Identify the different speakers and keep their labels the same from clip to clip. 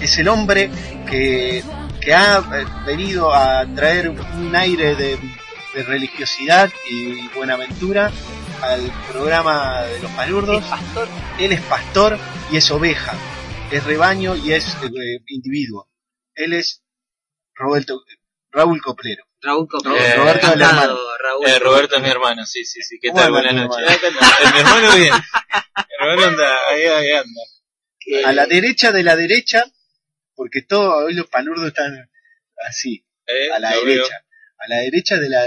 Speaker 1: es el hombre que, que ha eh, venido a traer un aire de, de religiosidad y buenaventura al programa de los palurdos.
Speaker 2: El pastor.
Speaker 1: Él es pastor y es oveja, es rebaño y es eh, individuo. Él es Roberto, Raúl Coplero.
Speaker 2: Raúl Coppola.
Speaker 3: Eh,
Speaker 1: Roberto es el
Speaker 2: Encantado,
Speaker 1: hermano.
Speaker 2: Raúl.
Speaker 3: Eh, Roberto es mi hermano, sí, sí, sí. ¿Qué tal?
Speaker 1: Bueno,
Speaker 3: Buenas
Speaker 1: mi
Speaker 3: noches.
Speaker 1: hermano.
Speaker 3: Ah, está- Mi hermano bien. Mi hermano anda, ahí, ahí anda.
Speaker 2: Que-
Speaker 1: A la derecha de la derecha, porque todos hoy los palurdos están así,
Speaker 3: Eh,
Speaker 1: a la
Speaker 3: lo veo.
Speaker 1: derecha. A la derecha de la...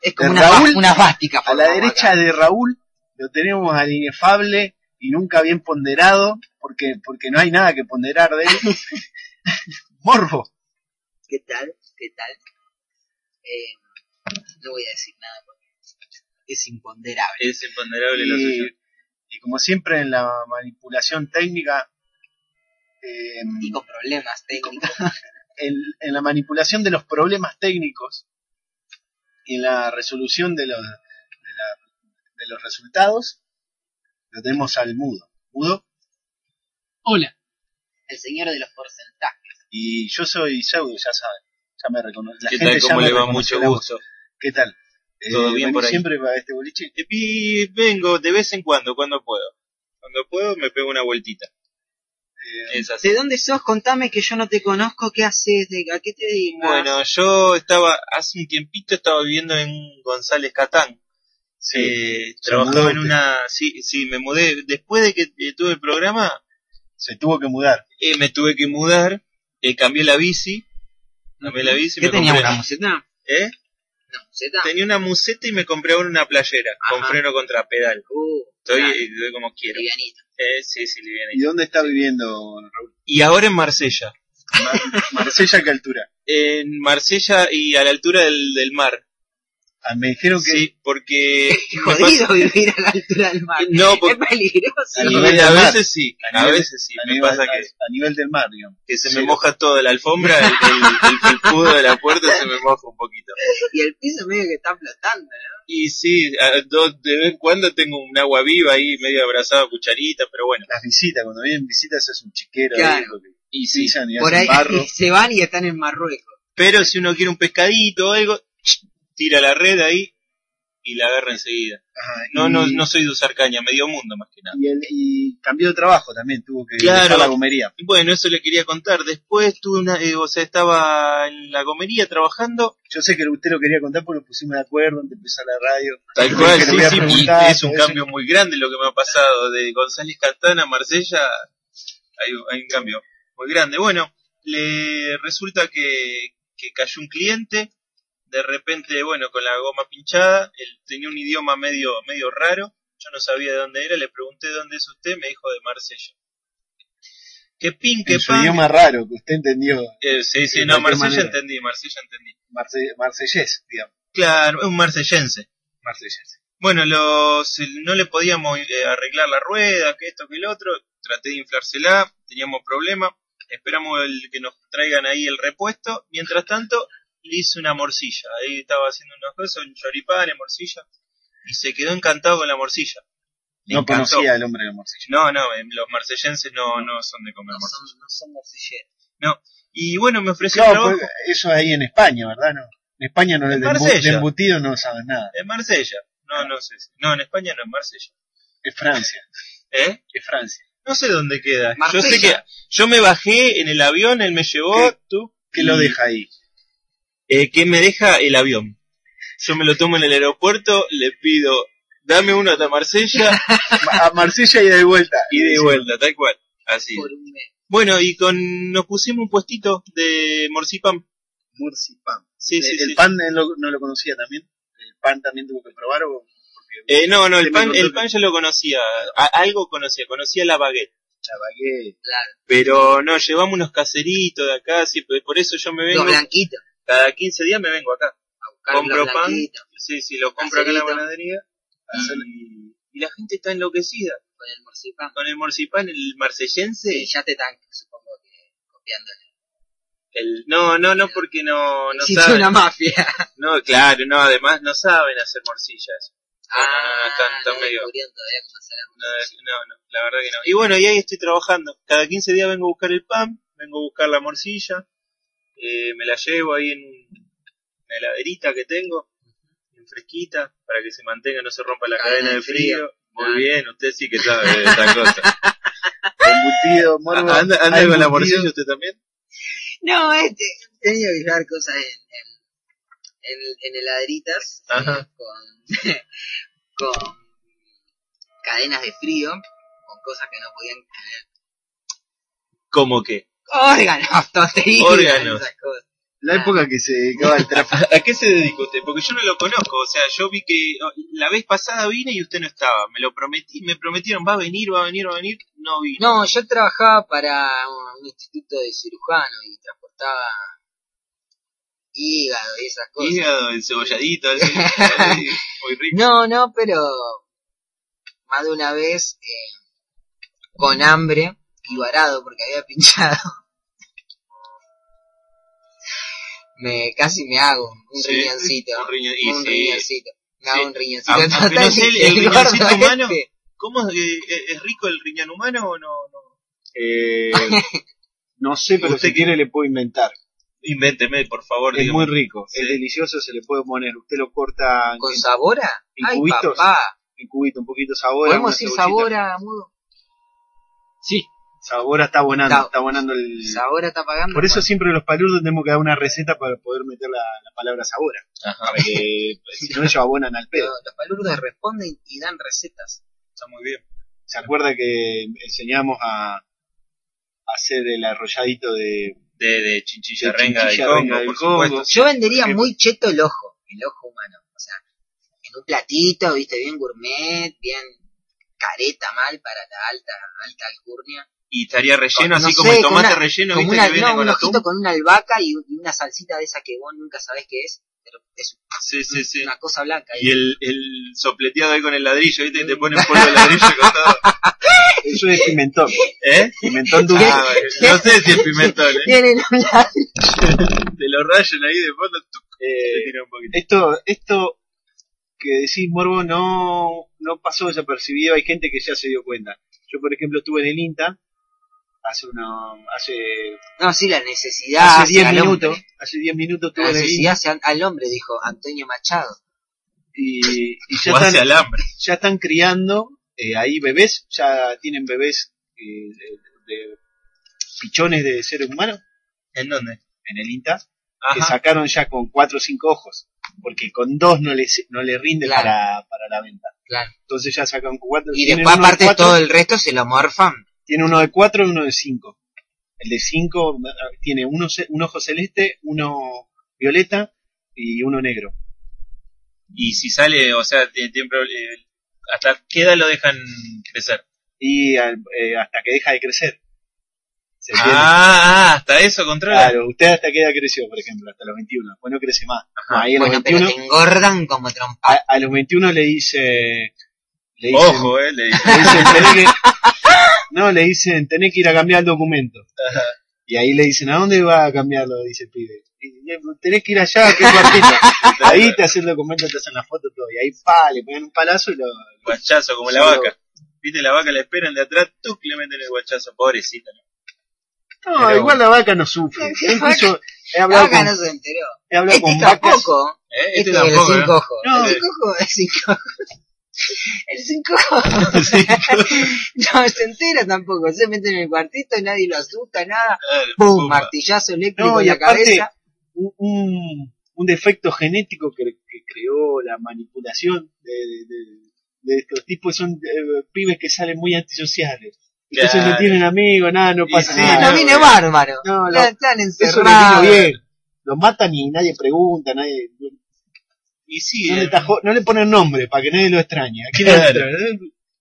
Speaker 2: es como
Speaker 3: eh,
Speaker 1: de
Speaker 2: una, ba-
Speaker 1: Raúl,
Speaker 2: una bástica.
Speaker 1: A la derecha de Raúl lo tenemos al inefable y nunca bien ponderado, porque, porque no hay nada que ponderar de él. Morbo.
Speaker 2: ¿Qué tal? ¿Qué tal? Eh, no voy a decir nada porque es imponderable.
Speaker 3: Es imponderable lo
Speaker 1: Y,
Speaker 3: suyo.
Speaker 1: y como siempre en la manipulación técnica, eh,
Speaker 2: Y con problemas técnicos.
Speaker 1: en, en la manipulación de los problemas técnicos y en la resolución de los, de, la- de los resultados, lo tenemos al mudo. Mudo,
Speaker 4: Hola,
Speaker 2: El señor de los porcentajes.
Speaker 1: y yo soy pseudo, ya saben. Ya me reconoce. La
Speaker 3: ¿Qué
Speaker 1: gente
Speaker 3: tal?
Speaker 1: ya
Speaker 3: ¿Cómo
Speaker 1: me
Speaker 3: le va?
Speaker 1: reconoce
Speaker 3: Mucho
Speaker 1: la voz.
Speaker 3: gusto.
Speaker 1: ¿Qué tal? Eh,
Speaker 3: ¿Todo bien
Speaker 1: venís
Speaker 3: por ahí?
Speaker 1: siempre para este boliche?
Speaker 3: Y vengo de vez en cuando, cuando puedo. Cuando puedo me pego una vueltita.
Speaker 1: Eh,
Speaker 3: Es así.
Speaker 2: ¿De dónde sos? Contame que yo no te conozco. ¿Qué haces? ¿De- ¿A qué te dedicas?
Speaker 3: Bueno, yo estaba, hace un tiempito estaba viviendo en González Catán.
Speaker 1: se
Speaker 3: Eh, trabajaba en
Speaker 1: mudaste.
Speaker 3: una, sí, sí, me mudé. Después de que eh, tuve el programa,
Speaker 1: Se tuvo que mudar.
Speaker 3: eh, me tuve que mudar, eh, cambié la bici, cambié la bici,
Speaker 2: ¿Qué
Speaker 3: me
Speaker 2: teníamos?
Speaker 3: compré-
Speaker 2: ¿Una museta?
Speaker 3: ¿Eh?
Speaker 2: ¿Una museta?
Speaker 3: Tenía una museta y me compré ahora una playera, con
Speaker 2: Ajá.
Speaker 3: freno contra pedal.
Speaker 2: Uh,
Speaker 3: Estoy,
Speaker 2: claro,
Speaker 3: eh, doy como quiero.
Speaker 2: livianito.
Speaker 3: Eh, sí, sí, liviana.
Speaker 1: ¿Y dónde está viviendo Raúl?
Speaker 3: Y ahora en Marsella.
Speaker 1: Mar- Marsella, ¿qué altura?
Speaker 3: En Marsella y a la altura del, del mar.
Speaker 1: Ah, me dijeron que
Speaker 3: Sí, porque...
Speaker 2: Qué
Speaker 3: me
Speaker 2: jodido Ah, eh, vivir a la altura del mar.
Speaker 3: pasa- No, porque...
Speaker 2: Es peligroso.
Speaker 1: a
Speaker 3: y
Speaker 1: nivel
Speaker 3: a
Speaker 1: del mar.
Speaker 3: veces sí,
Speaker 1: A
Speaker 3: a
Speaker 1: nivel-
Speaker 3: veces sí.
Speaker 1: a,
Speaker 3: Me
Speaker 1: nivel,
Speaker 3: pasa
Speaker 1: a-
Speaker 3: que,
Speaker 1: a nivel del mar, digamos.
Speaker 3: que se me
Speaker 1: Cero.
Speaker 3: moja toda la alfombra, el, el, el felpudo de la puerta se me moja un poquito.
Speaker 2: Y el piso medio que está flotando.
Speaker 3: Y sí, a- do- de vez en cuando tengo un agua viva ahí, medio abrazada a cucharita, pero bueno.
Speaker 1: Las visitas, cuando vienen visitas es un chiquero.
Speaker 2: Claro.
Speaker 1: ahí, porque
Speaker 3: Y sí.
Speaker 1: pisan y
Speaker 2: Por
Speaker 1: hacen
Speaker 2: ahí
Speaker 1: barro.
Speaker 2: se van y están en Marruecos.
Speaker 3: Pero si uno quiere un pescadito o algo, tira la red ahí y la agarra enseguida.
Speaker 1: Ajá,
Speaker 3: No,
Speaker 1: y,
Speaker 3: no, no soy de usar caña, medio mundo más que nada.
Speaker 1: Y, el- y cambió de trabajo también, tuvo que
Speaker 3: Claro.
Speaker 1: dejar la gomería.
Speaker 3: Bueno, eso le quería contar. Después tuve una, eh, o sea, estaba en la comería trabajando.
Speaker 1: Yo sé que usted lo quería contar porque nos pusimos de acuerdo, antes de empezar la radio.
Speaker 3: Tal
Speaker 1: cual,
Speaker 3: cual, sí,
Speaker 1: le voy a
Speaker 3: sí, y
Speaker 1: preguntar,
Speaker 3: es un
Speaker 1: eso.
Speaker 3: cambio muy grande lo que me ha pasado de González Catán a Marsella. Hay, hay un cambio muy grande. Bueno, le resulta que, que cayó un cliente, de repente, bueno, con la goma pinchada, él tenía un idioma medio, medio raro, yo no sabía de dónde era, le pregunté dónde es usted, me dijo de Marsella. Que pin, que
Speaker 1: En su
Speaker 3: pan.
Speaker 1: idioma raro, que usted entendió,
Speaker 3: Eh, sí, sí,
Speaker 1: de
Speaker 3: no,
Speaker 1: cualquier
Speaker 3: Marsella
Speaker 1: manera.
Speaker 3: entendí, Marsella entendí.
Speaker 1: marse- marsellés, digamos,
Speaker 3: Claro, es un marsellense.
Speaker 1: marsellés.
Speaker 3: Bueno, los, no le podíamos eh, arreglar la rueda, que esto, que el otro. Traté de inflársela, teníamos problemas. Esperamos el, que nos traigan ahí el repuesto. Mientras tanto, le hice una morcilla. Ahí estaba haciendo unos cosas, un choripán, morcilla. Y se quedó encantado con la morcilla. Le
Speaker 1: No
Speaker 3: encantó.
Speaker 1: conocía al hombre de morcilla.
Speaker 3: No, no, eh, los marsellenses no, no son de comer
Speaker 2: No
Speaker 3: morcilla.
Speaker 2: son, no son morcilleros.
Speaker 3: Y bueno, me ofreció
Speaker 1: No,
Speaker 3: trabajo
Speaker 1: pues, eso ahí en España, ¿verdad? No. En España no
Speaker 3: En
Speaker 1: del embu-
Speaker 3: Marsella.
Speaker 1: de embutido no sabes nada.
Speaker 3: en Marsella. No, no sé. si- No, en España no, en Marsella.
Speaker 1: Es Francia,
Speaker 3: ¿Eh?
Speaker 1: es Francia.
Speaker 3: No sé dónde queda. Yo sé que
Speaker 2: Marsella.
Speaker 3: yo me bajé en el avión, él me llevó,
Speaker 1: ¿Qué?
Speaker 3: tú
Speaker 1: ¿Qué lo
Speaker 3: y-
Speaker 1: deja ahí?
Speaker 3: eh, que me deja el avión. Yo me lo tomo en el aeropuerto, le pido, dame uno hasta Marsella
Speaker 1: Ma- A Marsella y de vuelta.
Speaker 3: y de vuelta, tal cual. Así.
Speaker 2: Por un mes.
Speaker 3: Bueno, y con nos pusimos un puestito de morcipán.
Speaker 1: Murci pan.
Speaker 3: Sí, sí,
Speaker 1: el el
Speaker 3: sí.
Speaker 1: pan eh, lo- no lo conocía también. El pan también tuvo que probar o porque
Speaker 3: Eh, no, no,
Speaker 1: Te
Speaker 3: el
Speaker 1: me
Speaker 3: pan,
Speaker 1: contó
Speaker 3: el
Speaker 1: que-
Speaker 3: pan yo lo conocía, a- algo conocía, conocía la baguette.
Speaker 1: Chabagué.
Speaker 3: Pero no, llevamos unos caseritos de acá, sí, por por eso yo me vengo,
Speaker 2: Los blanquitos.
Speaker 3: cada 15 días me vengo acá.
Speaker 2: A buscar
Speaker 3: Compro
Speaker 2: los
Speaker 3: pan.
Speaker 2: blanquitos.
Speaker 3: Sí, sí, lo compro acá en la
Speaker 2: Caserito.
Speaker 3: panadería.
Speaker 1: Hacer-
Speaker 3: Y, y la gente está enloquecida.
Speaker 2: Con el morcipán.
Speaker 3: Con el morcipán, el marsellense.
Speaker 2: Sí, ya te están, supongo que copiándole.
Speaker 3: El, no, no, no, porque no, no
Speaker 2: Existe
Speaker 3: saben.
Speaker 2: una mafia.
Speaker 3: No, claro, no, además no saben hacer morcillas. No, no, no, están- están
Speaker 2: lo
Speaker 3: medio-
Speaker 2: descubrieron todavía cómo hacer
Speaker 3: No, no, no, la verdad que no. Y bueno, y ahí estoy trabajando. Cada 15 días vengo a buscar el pan, vengo a buscar la morcilla, eh, me la llevo ahí en un- una heladerita que tengo, en fresquita, para que se mantenga, no se rompa la cadena de frío. Muy
Speaker 2: Ah.
Speaker 3: bien, usted sí que sabe de esta cosa.
Speaker 1: Embutido, morbo.
Speaker 3: Ah, ¿Anda, anda
Speaker 1: hay
Speaker 3: con la
Speaker 1: embutido.
Speaker 3: morcilla usted también?
Speaker 2: No, este, he tenido que llevar cosas en, en, en- en heladeritas, eh,
Speaker 3: Ajá.
Speaker 2: con, con cadenas de frío, con cosas que no podían tener.
Speaker 3: ¿Cómo que?
Speaker 2: Órganos, tonterías,
Speaker 3: Órganos.
Speaker 2: esas cosas.
Speaker 1: La época que se dedicaba al tráfico.
Speaker 3: ¿A qué se dedica usted? Porque yo no lo conozco, o sea, yo vi que oh, la vez pasada vine y usted no estaba, me lo prometí, me prometieron, va a venir, va a venir, va a venir, no vino.
Speaker 2: No, yo trabajaba para un instituto de cirujano y transportaba hígado y esas cosas.
Speaker 3: Hígado, el cebolladito, así, ay, muy rico.
Speaker 2: No, no, pero más de una vez eh, con hambre y varado porque había pinchado. Me casi me hago un
Speaker 3: Sí,
Speaker 2: riñoncito,
Speaker 3: un riñón- y
Speaker 2: un
Speaker 3: sí.
Speaker 2: riñoncito. Me
Speaker 3: Sí.
Speaker 2: hago un riñoncito.
Speaker 3: Aunque
Speaker 2: Total,
Speaker 3: no sea el-
Speaker 2: que
Speaker 3: el
Speaker 2: gordo
Speaker 3: riñoncito
Speaker 2: este-
Speaker 3: humano. ¿Cómo es, eh, eh, es rico el riñón humano o no? no?
Speaker 1: Eh, no sé, pero
Speaker 3: Usted
Speaker 1: si quiere le puedo inventar.
Speaker 3: Invénteme, por favor.
Speaker 1: Es
Speaker 3: dígame.
Speaker 1: muy rico,
Speaker 3: Sí.
Speaker 1: es delicioso, se le puede poner. Usted lo corta en,
Speaker 2: ¿Con sabora?
Speaker 1: ¿En
Speaker 2: Ay,
Speaker 1: cubitos?
Speaker 2: papá.
Speaker 1: en cubito, un poquito sabor.
Speaker 2: ¿Podemos
Speaker 1: una
Speaker 2: decir
Speaker 1: cebollita.
Speaker 2: sabora, mudo?
Speaker 4: Sí,
Speaker 1: Sabor está abonando,
Speaker 2: Está-
Speaker 1: está abonando el...
Speaker 2: ¿Sabora está pagando?
Speaker 1: Por eso siempre los paludos tenemos que dar una receta para poder meter la, la palabra sabora.
Speaker 3: Ajá,
Speaker 1: Para que, si no, ellos abonan al
Speaker 2: Bueno,
Speaker 1: pedo.
Speaker 2: los palurdos responden y dan recetas.
Speaker 3: está muy bien.
Speaker 1: ¿Se acuerda que enseñamos a, a hacer el arrolladito de...
Speaker 3: De, de chinchilla
Speaker 1: De
Speaker 3: renga del
Speaker 1: chinchilla
Speaker 3: Congo,
Speaker 1: renga del
Speaker 3: por
Speaker 1: Congo.
Speaker 3: supuesto.
Speaker 2: Yo vendería
Speaker 1: Por ejemplo.
Speaker 2: muy cheto el ojo, el ojo humano. O sea, en un platito, viste, bien gourmet, bien careta mal para la alta, alta alcurnia.
Speaker 3: Y estaría relleno,
Speaker 2: Ah, No
Speaker 3: así
Speaker 2: sé,
Speaker 3: como el
Speaker 2: con
Speaker 3: tomate
Speaker 2: una-
Speaker 3: relleno,
Speaker 2: Como
Speaker 3: viste,
Speaker 2: una,
Speaker 3: que viene
Speaker 2: no,
Speaker 3: con
Speaker 2: un
Speaker 3: atún.
Speaker 2: ojito con una albahaca y y una salsita de esa que vos nunca sabés qué es, pero es
Speaker 3: Sí, sí, sí.
Speaker 2: una cosa blanca.
Speaker 3: Y el, el sopleteado ahí con el ladrillo, ¿viste? Y te ponen polvo de ladrillo con todo.
Speaker 1: Eso es pimentón,
Speaker 3: ¿Eh?
Speaker 1: pimentón dulce.
Speaker 3: Ah, bueno, no sé si es pimentón, ¿eh?
Speaker 2: Tienen un lado.
Speaker 3: Te lo rayan ahí de fondo, tuc, te
Speaker 1: Eh,
Speaker 3: tiran un poquito.
Speaker 1: esto, esto que decís, Morbo, no, no pasó desapercibido. Hay gente que ya se dio cuenta. Yo, por ejemplo, estuve en el INTA hace una, hace,
Speaker 2: No, sí, la necesidad.
Speaker 1: hace 10
Speaker 2: al
Speaker 1: minutos.
Speaker 2: hombre.
Speaker 1: Hace 10 minutos
Speaker 2: La
Speaker 3: Ah,
Speaker 1: estuve en el INTA
Speaker 2: necesidad hacia- al hombre, dijo Antonio Machado.
Speaker 1: y, y ya,
Speaker 3: O hace
Speaker 1: están,
Speaker 3: alambre.
Speaker 1: ya están criando eh, ahí bebés. Ya tienen bebés eh, de, de pichones de seres humanos
Speaker 3: ¿En dónde?
Speaker 1: en el INTA que
Speaker 3: Ajá.
Speaker 1: sacaron ya con 4 o 5 ojos. Porque con dos no le, no le rinde
Speaker 2: Claro.
Speaker 1: para, para la venta.
Speaker 2: Claro.
Speaker 1: Entonces ya sacan cuatro.
Speaker 2: Y
Speaker 1: tienen
Speaker 2: después,
Speaker 1: uno de
Speaker 2: aparte,
Speaker 1: cuatro,
Speaker 2: todo el resto se lo morfan.
Speaker 1: Tiene uno de 4 y uno de 5. El de 5 tiene uno, ce- un ojo celeste, uno violeta y uno negro.
Speaker 3: Y si sale, o sea, tiene, tiene prob- eh, hasta qué edad lo dejan crecer.
Speaker 1: Y al- eh, hasta que deja de crecer. ¿Se entiende?
Speaker 3: Ah, ah, hasta eso controla.
Speaker 1: Claro, usted hasta qué edad creció, por ejemplo, hasta los 21. Después no crece más. No, ahí a los
Speaker 2: Bueno, pero
Speaker 1: 21,
Speaker 2: te engordan como trompa.
Speaker 1: a, a los 21 le dice... Le dicen,
Speaker 3: Ojo, eh, le dice.
Speaker 1: le dicen, tenés que, no, le dicen, tenés que ir a cambiar el documento. Y ahí le dicen, ¿a dónde va a cambiarlo? Dice el pibe. Y, "Eh, Tenés que ir allá, que cuartito. ahí te hacen el documento, te hacen la foto, todo. Y ahí, pa, le ponen un palazo y lo...
Speaker 3: Guachazo, como la
Speaker 1: Solo-
Speaker 3: vaca. Viste, la vaca la esperan de atrás, tú le meten el guachazo, pobrecita. ¿no?
Speaker 1: No,
Speaker 3: Pero-
Speaker 1: igual la vaca no sufre. Yo incluso he hablado
Speaker 2: Acá
Speaker 1: con,
Speaker 2: no se enteró.
Speaker 1: he hablado
Speaker 2: Este
Speaker 1: con vacas...
Speaker 2: tampoco.
Speaker 3: ¿Eh? Este
Speaker 2: Este es el
Speaker 3: tampoco, ¿eh?
Speaker 2: cinco ojos.
Speaker 1: No,
Speaker 2: el
Speaker 3: eh.
Speaker 2: cinco ojos, el cinco ojos. El cinco ojos. no se entera tampoco. Se mete en el cuartito, nadie lo asusta, nada.
Speaker 3: Ah,
Speaker 2: ¡Pum!
Speaker 3: pumba.
Speaker 2: Martillazo eléctrico
Speaker 1: No,
Speaker 2: en
Speaker 1: y
Speaker 2: la
Speaker 1: aparte,
Speaker 2: cabeza.
Speaker 1: un, un, un defecto genético que, que creó la manipulación de, de- de- de estos tipos son eh, pibes que salen muy antisociales. Entonces
Speaker 3: Claro.
Speaker 1: no tienen amigos, nada, no
Speaker 3: Y
Speaker 1: pasa
Speaker 3: sí,
Speaker 1: nada.
Speaker 2: no
Speaker 3: no,
Speaker 2: viene
Speaker 3: eh.
Speaker 2: bárbaro.
Speaker 1: No, lo-
Speaker 2: Ya están
Speaker 1: eso le vino
Speaker 2: encerrados.
Speaker 1: bien. Lo matan y nadie pregunta, nadie no
Speaker 3: Y sí,
Speaker 1: le,
Speaker 3: eh,
Speaker 1: tajo- no le ponen nombre para que nadie lo extrañe. ¿A quién lo
Speaker 3: Claro.
Speaker 1: extraña?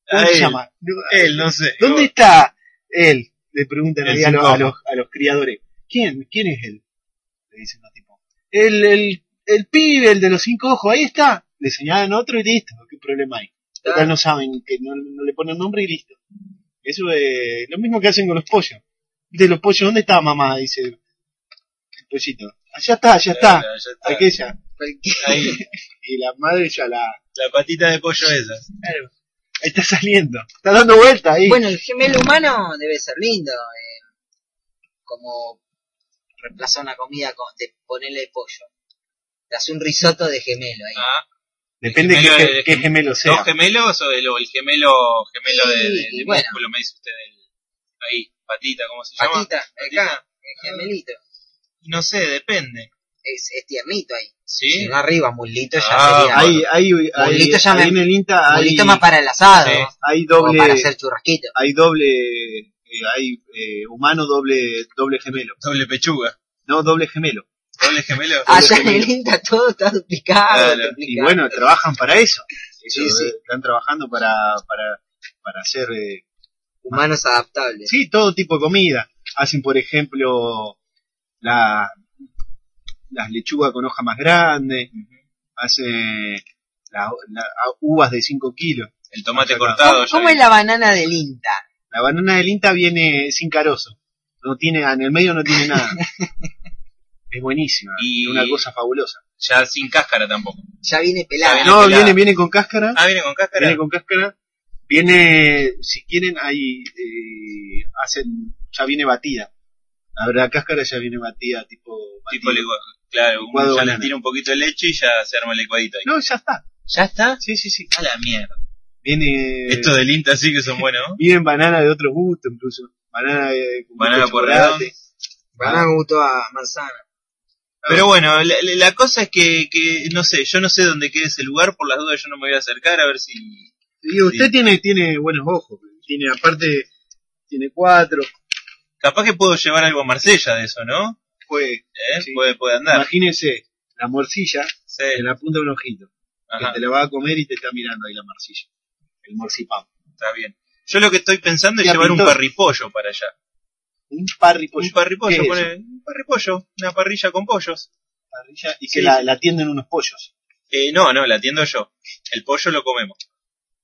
Speaker 1: ¿Cómo
Speaker 3: A
Speaker 1: se
Speaker 3: él.
Speaker 1: llama? No,
Speaker 3: él, no sé.
Speaker 1: ¿Dónde está él? Le preguntan
Speaker 3: El
Speaker 1: ahí a, los-
Speaker 3: cinco.
Speaker 1: a los, a los criadores. ¿Quién? ¿Quién es él? Le dicen los tipos. El, el, el pibe, el de los cinco ojos, ahí está. Le señalan otro y listo. ¿Qué problema hay?
Speaker 3: Ah.
Speaker 1: Total no saben, que no, no le ponen nombre y listo. Eso es lo mismo que hacen con los pollos. De los pollos, ¿dónde está mamá? Dice el pollito. Allá está, allá
Speaker 3: Claro,
Speaker 1: está.
Speaker 3: ya está.
Speaker 1: Aquella.
Speaker 3: Ahí,
Speaker 1: Y la madre ya la...
Speaker 3: la patita de pollo esa.
Speaker 1: Ahí está saliendo. Está dando vuelta ahí.
Speaker 2: Bueno, el gemelo humano debe ser lindo. eh. como reemplaza una comida con, de ponerle pollo. Te hace un risotto de gemelo ahí.
Speaker 3: Ah,
Speaker 1: Depende
Speaker 3: El
Speaker 1: qué,
Speaker 3: gemelo
Speaker 1: ge-
Speaker 3: de-
Speaker 1: qué gemelo sea.
Speaker 3: ¿Dos gemelos o el, o el gemelo, gemelo de, de-
Speaker 2: Sí,
Speaker 3: de
Speaker 2: bueno.
Speaker 3: músculo, me dice usted? el- ahí, patita, ¿cómo se llama?
Speaker 2: Patita, acá,
Speaker 3: Patita.
Speaker 2: el gemelito.
Speaker 3: No sé, depende.
Speaker 2: Es, es tiernito ahí.
Speaker 3: ¿Sí?
Speaker 2: Si no arriba, mulito ya
Speaker 3: Ah,
Speaker 2: sería.
Speaker 3: ahí,
Speaker 1: Hay, hay, hay,
Speaker 2: Bolito ya me-
Speaker 1: ahí en el INTA hay,
Speaker 2: mulito más para el asado.
Speaker 3: Sí.
Speaker 1: hay
Speaker 2: O
Speaker 1: doble,
Speaker 2: para hacer churrasquito.
Speaker 1: hay doble, eh, hay eh, humano doble, doble gemelo.
Speaker 3: Doble pechuga.
Speaker 1: No, doble gemelo.
Speaker 3: Doble gemelo.
Speaker 2: Allá en
Speaker 1: gemelito.
Speaker 2: el INTA todo está duplicado.
Speaker 3: Claro, y
Speaker 1: Eh, Y
Speaker 2: triplicado.
Speaker 1: bueno, trabajan para eso. Eso,
Speaker 2: Sí, sí.
Speaker 1: eh, Están trabajando para, para, para hacer, eh,
Speaker 2: Humanos adaptables.
Speaker 1: sí, todo tipo de comida. Hacen, por ejemplo, la, las lechugas con hoja más grande, hacen la- la- uvas de 5 kilos.
Speaker 3: El tomate
Speaker 1: Acá.
Speaker 3: cortado. ya
Speaker 2: ¿Cómo
Speaker 3: vi.
Speaker 2: es la banana del INTA?
Speaker 1: La banana del Inta viene sin carozo. No tiene, en el medio no tiene nada. es buenísima.
Speaker 3: Y-
Speaker 1: Y una cosa fabulosa.
Speaker 3: Ya sin cáscara tampoco.
Speaker 2: Ya viene pelada.
Speaker 3: viene
Speaker 1: No,
Speaker 3: pelada.
Speaker 1: viene, viene con cáscara.
Speaker 3: Ah, viene con cáscara.
Speaker 1: Viene con cáscara. Viene, si quieren, ahí eh, hacen, ya viene batida. La verdad, cáscara ya viene batida, tipo.
Speaker 3: tipo
Speaker 1: batido.
Speaker 3: licua- Claro, uno
Speaker 1: Licuado
Speaker 3: ya le
Speaker 1: banana.
Speaker 3: tira un poquito de leche y ya se arma el licuadito ahí.
Speaker 1: No, ya está.
Speaker 3: ¿Ya está?
Speaker 1: Sí, sí, sí.
Speaker 3: A la mierda.
Speaker 1: Viene.
Speaker 3: Estos del INTA sí que son buenos, ¿no?
Speaker 1: Vienen banana de otros gustos, incluso. Banana de. con
Speaker 3: Banana
Speaker 1: gusto de
Speaker 3: por
Speaker 1: chocolate. Ah,
Speaker 3: redón.
Speaker 2: Banana gusto a manzana.
Speaker 3: Pero bueno, la, la- la cosa es que, que, no sé, yo no sé dónde queda ese lugar, por las dudas yo no me voy a acercar a ver si...
Speaker 1: Y usted
Speaker 3: Sí.
Speaker 1: tiene, tiene buenos ojos. Tiene, aparte, tiene cuatro.
Speaker 3: Capaz que puedo llevar algo a Marsella de eso, ¿no?
Speaker 1: Pues,
Speaker 3: ¿Eh?
Speaker 1: Sí.
Speaker 3: Puede, puede andar.
Speaker 1: imagínese la morcilla
Speaker 3: Sí.
Speaker 1: en la punta de un ojito.
Speaker 3: Ajá,
Speaker 1: Que te la va a comer y te está mirando ahí la morcilla. El morcipán.
Speaker 3: está bien. Yo lo que estoy pensando es
Speaker 1: Ya
Speaker 3: llevar un
Speaker 1: pintó.
Speaker 3: parripollo para allá.
Speaker 1: Un parripollo.
Speaker 3: Un parripollo,
Speaker 1: ¿Qué es
Speaker 3: pone- un parripollo, una parrilla con pollos.
Speaker 1: parrilla y
Speaker 3: Sí.
Speaker 1: que la, la atienden unos pollos.
Speaker 3: Eh, no, no, la atiendo yo. El pollo lo comemos.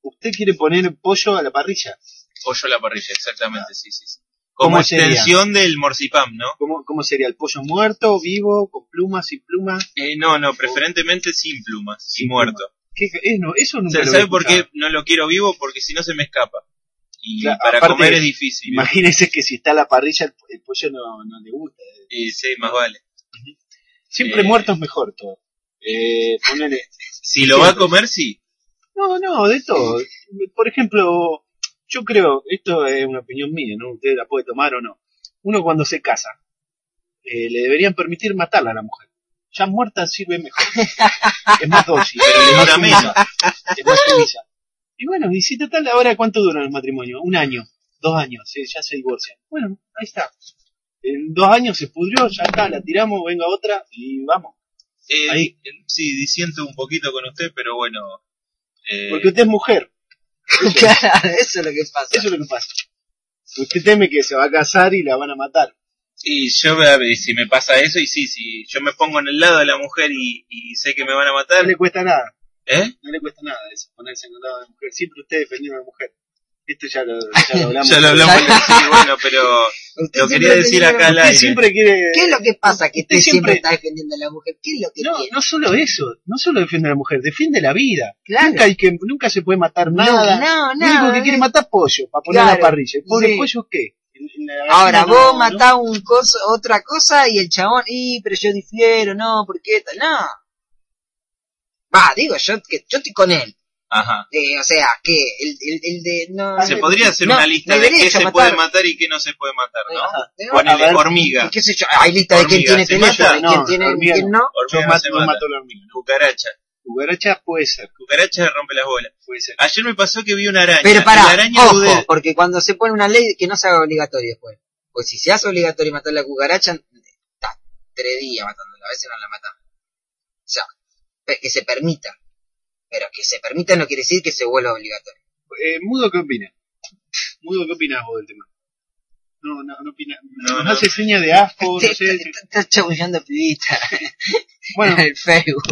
Speaker 1: Usted quiere poner pollo a la parrilla.
Speaker 3: Pollo a la parrilla, exactamente, sí, sí. sí.
Speaker 1: ¿Cómo
Speaker 3: Como
Speaker 1: sería?
Speaker 3: extensión del morcipam, ¿no?
Speaker 1: ¿Cómo, cómo sería? ¿El pollo muerto, vivo, con plumas, sin plumas?
Speaker 3: Eh, no, no, preferentemente sin plumas y
Speaker 1: Oh. Sin
Speaker 3: muerto.
Speaker 1: ¿Qué- eh, no, eso
Speaker 3: O
Speaker 1: nunca
Speaker 3: sea,
Speaker 1: lo
Speaker 3: ¿Sabe
Speaker 1: había
Speaker 3: por qué
Speaker 1: escuchado.
Speaker 3: no lo quiero vivo? Porque si no se me escapa. Y
Speaker 1: Claro,
Speaker 3: para
Speaker 1: aparte,
Speaker 3: comer es difícil. ¿no?
Speaker 1: Imagínese que si está a la parrilla el, el pollo no, no le gusta.
Speaker 3: Eh, sí, más vale.
Speaker 1: Siempre
Speaker 3: Eh.
Speaker 1: muerto es mejor todo. Eh, ponele-
Speaker 3: Si lo va a comer, sí.
Speaker 1: No, no, de todo. Por ejemplo, yo creo, esto es una opinión mía, ¿no? Usted la puede tomar o no. Uno cuando se casa, eh, le deberían permitir matarla a la mujer. Ya muerta sirve mejor. Es más dócil,
Speaker 3: Pero le
Speaker 1: es
Speaker 3: dura
Speaker 1: más
Speaker 3: menos.
Speaker 1: sumisa. Es más sumisa. Y bueno, y si total, ahora cuánto dura el matrimonio? Un año, dos años, eh, ya se divorcian. Bueno, ahí está. En dos años se pudrió, ya está, la tiramos, venga otra y vamos.
Speaker 3: Eh,
Speaker 1: Ahí.
Speaker 3: eh, Sí, disiento un poquito con usted, pero bueno. eh,
Speaker 1: Porque usted es mujer.
Speaker 2: Claro, eso es lo que pasa.
Speaker 1: Eso es lo que pasa. Usted teme que se va a casar y la van a matar.
Speaker 3: Y yo, a ver, si me pasa eso, y sí, si yo me pongo en el lado de la mujer y, y sé que me van a
Speaker 1: No
Speaker 3: matar,
Speaker 1: le cuesta nada.
Speaker 3: ¿eh?
Speaker 1: No le cuesta nada eso, ponerse en el lado de la mujer. Siempre usted defendiendo a la mujer. Esto ya lo, ya lo hablamos.
Speaker 3: Ya lo hablamos, sí, bueno, pero
Speaker 2: Usted
Speaker 3: lo
Speaker 2: siempre
Speaker 3: quería decir
Speaker 2: tenía-
Speaker 3: acá al
Speaker 1: Usted
Speaker 3: aire.
Speaker 1: siempre quiere...
Speaker 2: ¿Qué es lo que pasa que usted
Speaker 1: Usted siempre-
Speaker 2: siempre está defendiendo a la mujer? ¿Qué es lo que
Speaker 1: No,
Speaker 2: tiene?
Speaker 1: no solo eso. No solo defiende a la mujer, defiende la vida.
Speaker 2: Claro.
Speaker 1: Nunca, hay que, nunca se puede matar nada.
Speaker 2: no,
Speaker 1: Lo único que quiere matar pollo, para poner
Speaker 2: Claro.
Speaker 1: la parrilla. ¿El pobre
Speaker 2: Sí.
Speaker 1: pollo qué? En- en la gallina
Speaker 2: Ahora,
Speaker 1: no,
Speaker 2: vos
Speaker 1: ¿no?
Speaker 2: matás un coso, otra cosa y el chabón, y pero yo difiero, no, porque tal, no. Va, digo, yo que yo estoy con él.
Speaker 3: Ajá.
Speaker 2: Eh, o sea, que el, el, el de. No,
Speaker 3: Se podría hacer
Speaker 2: no,
Speaker 3: una lista de
Speaker 2: derecho
Speaker 3: qué se
Speaker 2: matar.
Speaker 3: puede matar y qué no se puede matar, ¿no?
Speaker 2: Ajá. No,
Speaker 1: Bueno,
Speaker 3: Ponele
Speaker 1: a ver,
Speaker 2: y
Speaker 3: hormiga,
Speaker 2: qué sé yo, hay lista de quién tiene
Speaker 3: Hormiga, ¿se
Speaker 2: teléfono,
Speaker 3: mata?
Speaker 2: de quién
Speaker 1: No,
Speaker 2: tiene,
Speaker 1: hormiga
Speaker 2: quién no.
Speaker 1: Yo
Speaker 3: hormiga no
Speaker 1: mato,
Speaker 3: se
Speaker 1: no
Speaker 3: mata.
Speaker 1: mato a la hormiga. ¿no?
Speaker 3: cucaracha.
Speaker 1: Cucaracha puede ser,
Speaker 3: Cucaracha rompe las bolas.
Speaker 1: puede ser.
Speaker 3: Ayer me pasó que vi una araña.
Speaker 2: Pero
Speaker 3: Y la
Speaker 2: pará,
Speaker 3: araña
Speaker 2: ojo,
Speaker 3: dudé-
Speaker 2: porque cuando se pone una ley que no se haga obligatorio después. Pues si se hace obligatorio matar la cucaracha, está tres días matándola, a veces no la matan. O sea, pe- que se permita. Pero que se permita no quiere decir que se vuelva obligatorio.
Speaker 1: Eh, Mudo, ¿qué opina? Mudo, ¿qué opinas vos del tema? No, no, no opina.
Speaker 3: No,
Speaker 1: Nos
Speaker 3: no.
Speaker 1: hace seña de asco, no
Speaker 2: Estás
Speaker 1: sé. si-
Speaker 2: chabullando pibita
Speaker 1: Bueno,
Speaker 2: en el Facebook.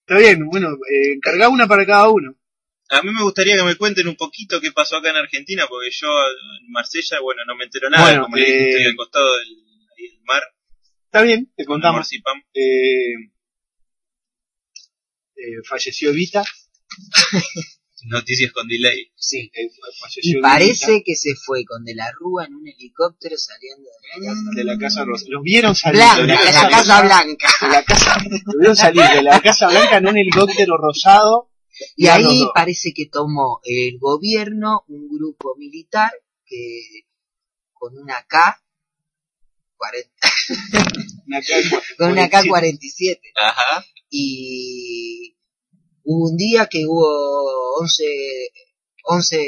Speaker 1: está bien, bueno, eh, encargá una para cada uno.
Speaker 3: A mí me gustaría que me cuenten un poquito qué pasó acá en Argentina, porque yo en Marsella, bueno, no me entero nada,
Speaker 1: Bueno,
Speaker 3: como le dije,
Speaker 1: eh,
Speaker 3: estoy al costado del, ahí del mar,
Speaker 1: Está bien, te
Speaker 3: con el
Speaker 1: contamos.
Speaker 3: marcipán.
Speaker 1: Eh, eh, falleció Evita.
Speaker 3: Noticias con delay.
Speaker 2: Sí.
Speaker 1: Eh, fue- falleció
Speaker 2: Y
Speaker 1: Lolita
Speaker 2: parece que se fue con De la Rúa en un helicóptero saliendo de la casa.
Speaker 1: Mm. de la Casa Rosa. Los vieron salir
Speaker 2: Blanca,
Speaker 1: de
Speaker 3: Blanca,
Speaker 2: de la Casa Blanca.
Speaker 1: de la Casa Los vieron salir de la Casa Blanca en un helicóptero rosado.
Speaker 2: Y
Speaker 1: No,
Speaker 2: ahí
Speaker 1: no, no.
Speaker 2: parece que tomó el gobierno un grupo militar que con una K, 40
Speaker 1: Una casa-
Speaker 2: con una
Speaker 1: 47.
Speaker 2: K-47
Speaker 3: Ajá.
Speaker 2: y hubo un día que hubo 11, 11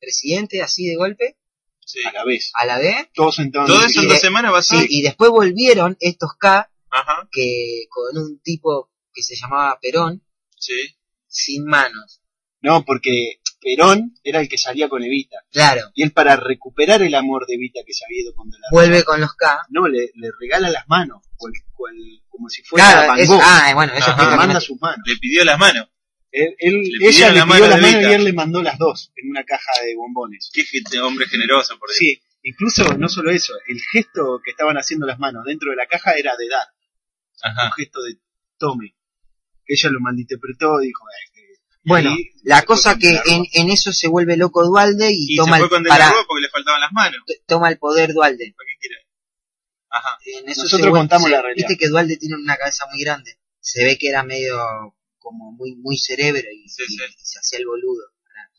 Speaker 2: presidentes así de golpe
Speaker 3: Sí.
Speaker 1: a la vez.
Speaker 2: a la vez
Speaker 1: Todos sentados.
Speaker 3: Todo
Speaker 1: en el
Speaker 3: eso en
Speaker 2: y-
Speaker 3: dos semanas va a ser.
Speaker 2: Sí, y después volvieron estos K
Speaker 3: Ajá.
Speaker 2: que con un tipo que se llamaba Perón
Speaker 3: Sí.
Speaker 2: sin manos
Speaker 1: No, porque Perón era el que salía con Evita.
Speaker 2: claro
Speaker 1: Y él para recuperar el amor de Evita que se había ido con De la
Speaker 2: vuelve con los K
Speaker 1: No, le, le regala las manos, cual- cual- como si fuera
Speaker 2: claro
Speaker 1: Van
Speaker 2: es-
Speaker 1: Gogh.
Speaker 2: ah bueno eso
Speaker 3: Ajá.
Speaker 1: Le
Speaker 2: explica que
Speaker 1: manda
Speaker 2: no-
Speaker 1: sus manos.
Speaker 3: Le pidió las manos.
Speaker 1: Él, él-
Speaker 3: Le
Speaker 1: ella
Speaker 3: pidieron
Speaker 1: le
Speaker 3: la
Speaker 1: pidió
Speaker 3: mano
Speaker 1: las
Speaker 3: de
Speaker 1: manos y
Speaker 3: Evita.
Speaker 1: él le mandó las dos en una caja de bombones.
Speaker 3: Qué gente- hombre generoso, por Dios.
Speaker 1: Sí, incluso no solo eso, el gesto que estaban haciendo las manos dentro de la caja era de dar, un
Speaker 3: Ajá.
Speaker 1: gesto de tome. Ella lo malinterpretó y dijo, "Eh, que-".
Speaker 2: bueno
Speaker 1: Y
Speaker 2: la
Speaker 1: se fue
Speaker 2: cosa
Speaker 1: con
Speaker 2: que
Speaker 1: la ropa.
Speaker 2: en, en eso se vuelve loco Dualde y,
Speaker 3: Y se
Speaker 2: toma
Speaker 3: fue
Speaker 2: el
Speaker 3: con De
Speaker 2: pará,
Speaker 3: la Rúa porque le faltaban las manos.
Speaker 2: t- toma el poder Dualde
Speaker 3: ¿Para qué quiere? Ajá.
Speaker 2: En eso
Speaker 1: Nosotros
Speaker 2: se vuel-
Speaker 1: contamos
Speaker 2: se-
Speaker 1: la realidad.
Speaker 2: Viste que Dualde tiene una cabeza muy grande. Se ve que era medio como muy muy cerebro y,
Speaker 3: Sí,
Speaker 2: y-
Speaker 3: sí.
Speaker 2: y se hacía el boludo. ¿verdad?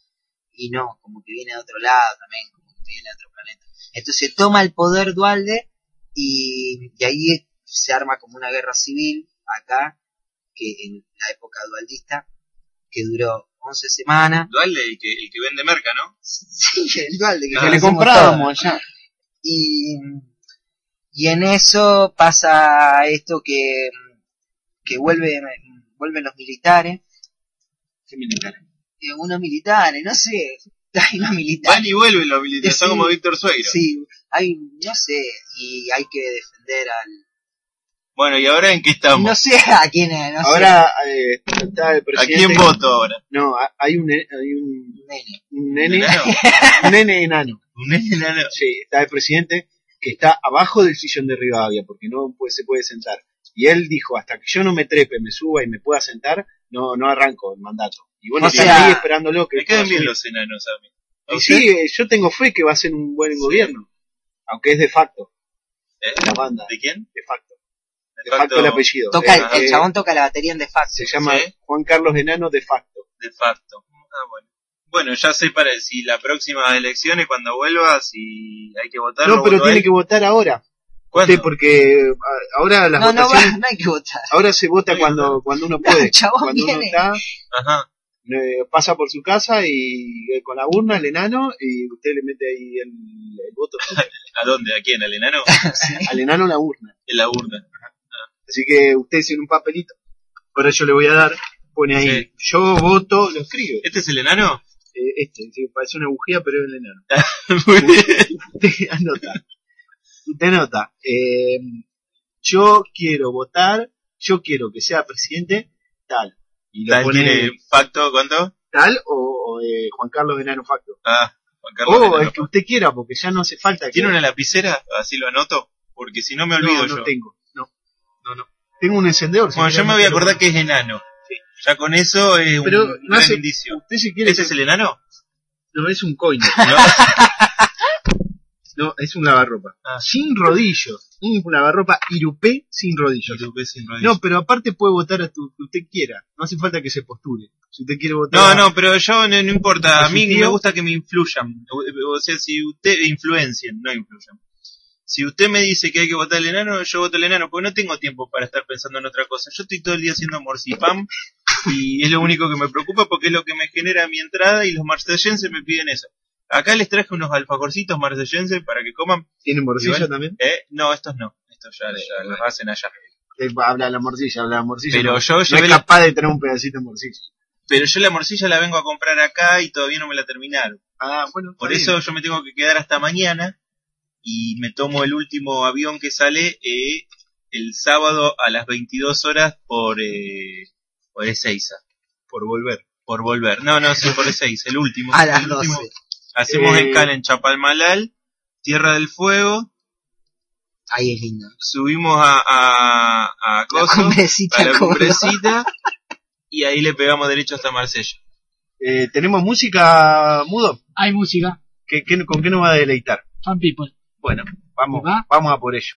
Speaker 2: Y no, como que viene de otro lado también, como que viene de otro planeta. Entonces toma el poder Dualde y, y ahí se arma como una guerra civil acá, que en la época dualdista, que duró 11 semanas.
Speaker 3: Dualde, el que, el que vende merca, ¿no?
Speaker 2: Sí, el Dualde que
Speaker 3: Que
Speaker 1: Que le
Speaker 2: conocemos todos
Speaker 1: comprábamos allá.
Speaker 2: y, y en eso pasa esto que, que vuelven, vuelven los militares,
Speaker 1: Sí, militar.
Speaker 2: eh, unos militares, no sé, hay unos militares,
Speaker 3: Van y vuelven los militares. Son
Speaker 2: Sí.
Speaker 3: como Víctor Sueiro.
Speaker 2: sí, hay, no sé, y hay que defender al,
Speaker 3: Bueno, ¿y ahora en qué estamos?
Speaker 2: no sé a quién es, no
Speaker 1: Ahora eh, está el
Speaker 3: ¿A
Speaker 1: presidente.
Speaker 3: quién voto ahora?
Speaker 1: No, ha- hay un, ne- hay un,
Speaker 2: sé, nene.
Speaker 1: un nene,
Speaker 3: ¿Enano?
Speaker 1: un nene enano.
Speaker 3: Un enano.
Speaker 1: Sí, está el presidente que está abajo del sillón de Rivadavia porque no puede- se puede sentar. Y él dijo, hasta que yo no me trepe, me suba y me pueda sentar, no, no arranco el mandato. Y bueno,
Speaker 3: O
Speaker 1: están
Speaker 2: sea,
Speaker 1: ahí esperándolo que...
Speaker 3: Me quedan
Speaker 1: pueda
Speaker 3: bien
Speaker 1: subir.
Speaker 3: los enanos a mí. ¿A
Speaker 1: Y
Speaker 3: usted?
Speaker 1: sí, eh, yo tengo fe que va a ser un buen gobierno, aunque es de facto,
Speaker 3: ¿Eh?
Speaker 1: la banda,
Speaker 3: ¿De quién?
Speaker 1: de facto, de facto, el apellido.
Speaker 2: Toca,
Speaker 1: Eh,
Speaker 2: el- el
Speaker 1: eh,
Speaker 2: chabón toca la batería en de facto.
Speaker 1: Se llama
Speaker 3: Sí.
Speaker 1: Juan Carlos Enano de facto.
Speaker 3: De facto. Ah, bueno. Bueno, ya sé para si la próxima elección es cuando vuelva, si hay que votar.
Speaker 1: No,
Speaker 3: lo
Speaker 1: pero
Speaker 3: voto a
Speaker 1: tiene
Speaker 3: él.
Speaker 1: que votar ahora.
Speaker 3: ¿Cuándo?
Speaker 1: Usted, porque eh, a- ahora las
Speaker 2: No, no, va,
Speaker 1: votaciones,
Speaker 2: no hay que votar.
Speaker 1: ahora se vota
Speaker 3: No,
Speaker 1: cuando, cuando uno puede.
Speaker 2: el chabón
Speaker 1: cuando uno
Speaker 2: viene.
Speaker 1: está,
Speaker 3: Ajá.
Speaker 1: eh, pasa por su casa y eh, con la urna, el enano, y usted le mete ahí el, el voto
Speaker 3: ¿A dónde? ¿A quién? ¿Al enano?
Speaker 1: al enano la urna.
Speaker 3: En la urna.
Speaker 1: Así que usted tiene un papelito, ahora yo le voy a dar, pone ahí,
Speaker 3: Sí.
Speaker 1: yo voto, lo escribe.
Speaker 3: ¿Este es el enano?
Speaker 1: Eh, este, sí, parece una bujía, pero es el enano.
Speaker 3: Muy bien.
Speaker 1: Usted anota. Usted anota. eh, yo quiero votar, yo quiero que sea presidente tal. Y lo
Speaker 3: Tal
Speaker 1: pone
Speaker 3: tiene pacto, ¿cuánto?
Speaker 1: tal o, o, eh, Juan Carlos Enano Facto.
Speaker 3: Ah, Juan Carlos.
Speaker 1: O
Speaker 3: Enano.
Speaker 1: Oh, el que usted quiera, porque ya no hace falta que...
Speaker 3: ¿Tiene una lapicera? Así lo anoto. Porque si no me
Speaker 1: no,
Speaker 3: olvido
Speaker 1: no
Speaker 3: yo.
Speaker 1: tengo. No, no, no. Tengo un encendedor.
Speaker 3: Bueno, yo me voy a acordar que es enano.
Speaker 1: Sí.
Speaker 3: Ya con eso es
Speaker 1: Pero
Speaker 3: un
Speaker 1: no
Speaker 3: gran
Speaker 1: hace-
Speaker 3: indicio.
Speaker 1: Usted si quiere...
Speaker 3: ¿Ese es el enano?
Speaker 1: No, es un coin.
Speaker 3: ¿No?
Speaker 1: No, es un lavarropa.
Speaker 3: Ah.
Speaker 1: Sin rodillos. Un lavarropa irupé sin rodillos. No, pero aparte puede votar a tu que usted quiera. No hace falta que se postule. Si usted quiere
Speaker 3: No,
Speaker 1: votar... a-
Speaker 3: no, pero yo no, no importa.
Speaker 1: ¿A
Speaker 3: A
Speaker 1: su
Speaker 3: mí
Speaker 1: tío?
Speaker 3: me gusta que me influyan. O, o sea, si usted influencien, no influyan. Si usted me dice que hay que votar al enano, yo voto al enano, porque no tengo tiempo para estar pensando en otra cosa. Yo estoy todo el día haciendo morcipam y es lo único que me preocupa porque es lo que me genera mi entrada y los marsellenses me piden eso. Acá les traje unos alfajorcitos marsellenses para que coman.
Speaker 1: ¿Tiene morcilla
Speaker 3: Igual.
Speaker 1: también?
Speaker 3: Eh, no, estos no. Estos ya, ya los hacen allá.
Speaker 1: Eh, habla de la morcilla, habla de la morcilla.
Speaker 3: Pero
Speaker 1: no,
Speaker 3: yo
Speaker 1: no
Speaker 3: llevé
Speaker 1: es
Speaker 3: la-
Speaker 1: capaz de tener un pedacito de morcilla.
Speaker 3: Pero yo la morcilla la vengo a comprar acá y todavía no me la terminaron.
Speaker 1: Ah, bueno.
Speaker 3: Por
Speaker 1: está
Speaker 3: eso
Speaker 1: bien.
Speaker 3: yo me tengo que quedar hasta mañana y me tomo el último avión que sale eh, el sábado a las 22 horas por, eh, por Ezeiza.
Speaker 1: Por volver.
Speaker 3: Por volver. No, no, sí, por Ezeiza, el último.
Speaker 2: A las
Speaker 3: El
Speaker 2: 12.
Speaker 3: último. Hacemos
Speaker 1: Eh.
Speaker 3: escala en Chapalmalal, Tierra del Fuego,
Speaker 2: Ahí es lindo.
Speaker 3: subimos a, a, a
Speaker 2: La
Speaker 3: Coso,
Speaker 2: cumbrecita
Speaker 3: a la
Speaker 2: como-
Speaker 3: cumbrecita y ahí le pegamos derecho hasta Marsella.
Speaker 1: Eh, ¿Tenemos música, Mudo?
Speaker 4: Hay música.
Speaker 1: ¿Qué, qué, con qué nos va a deleitar?
Speaker 4: Fan People.
Speaker 1: Bueno, vamos,
Speaker 4: ¿Va?
Speaker 1: vamos a por ello.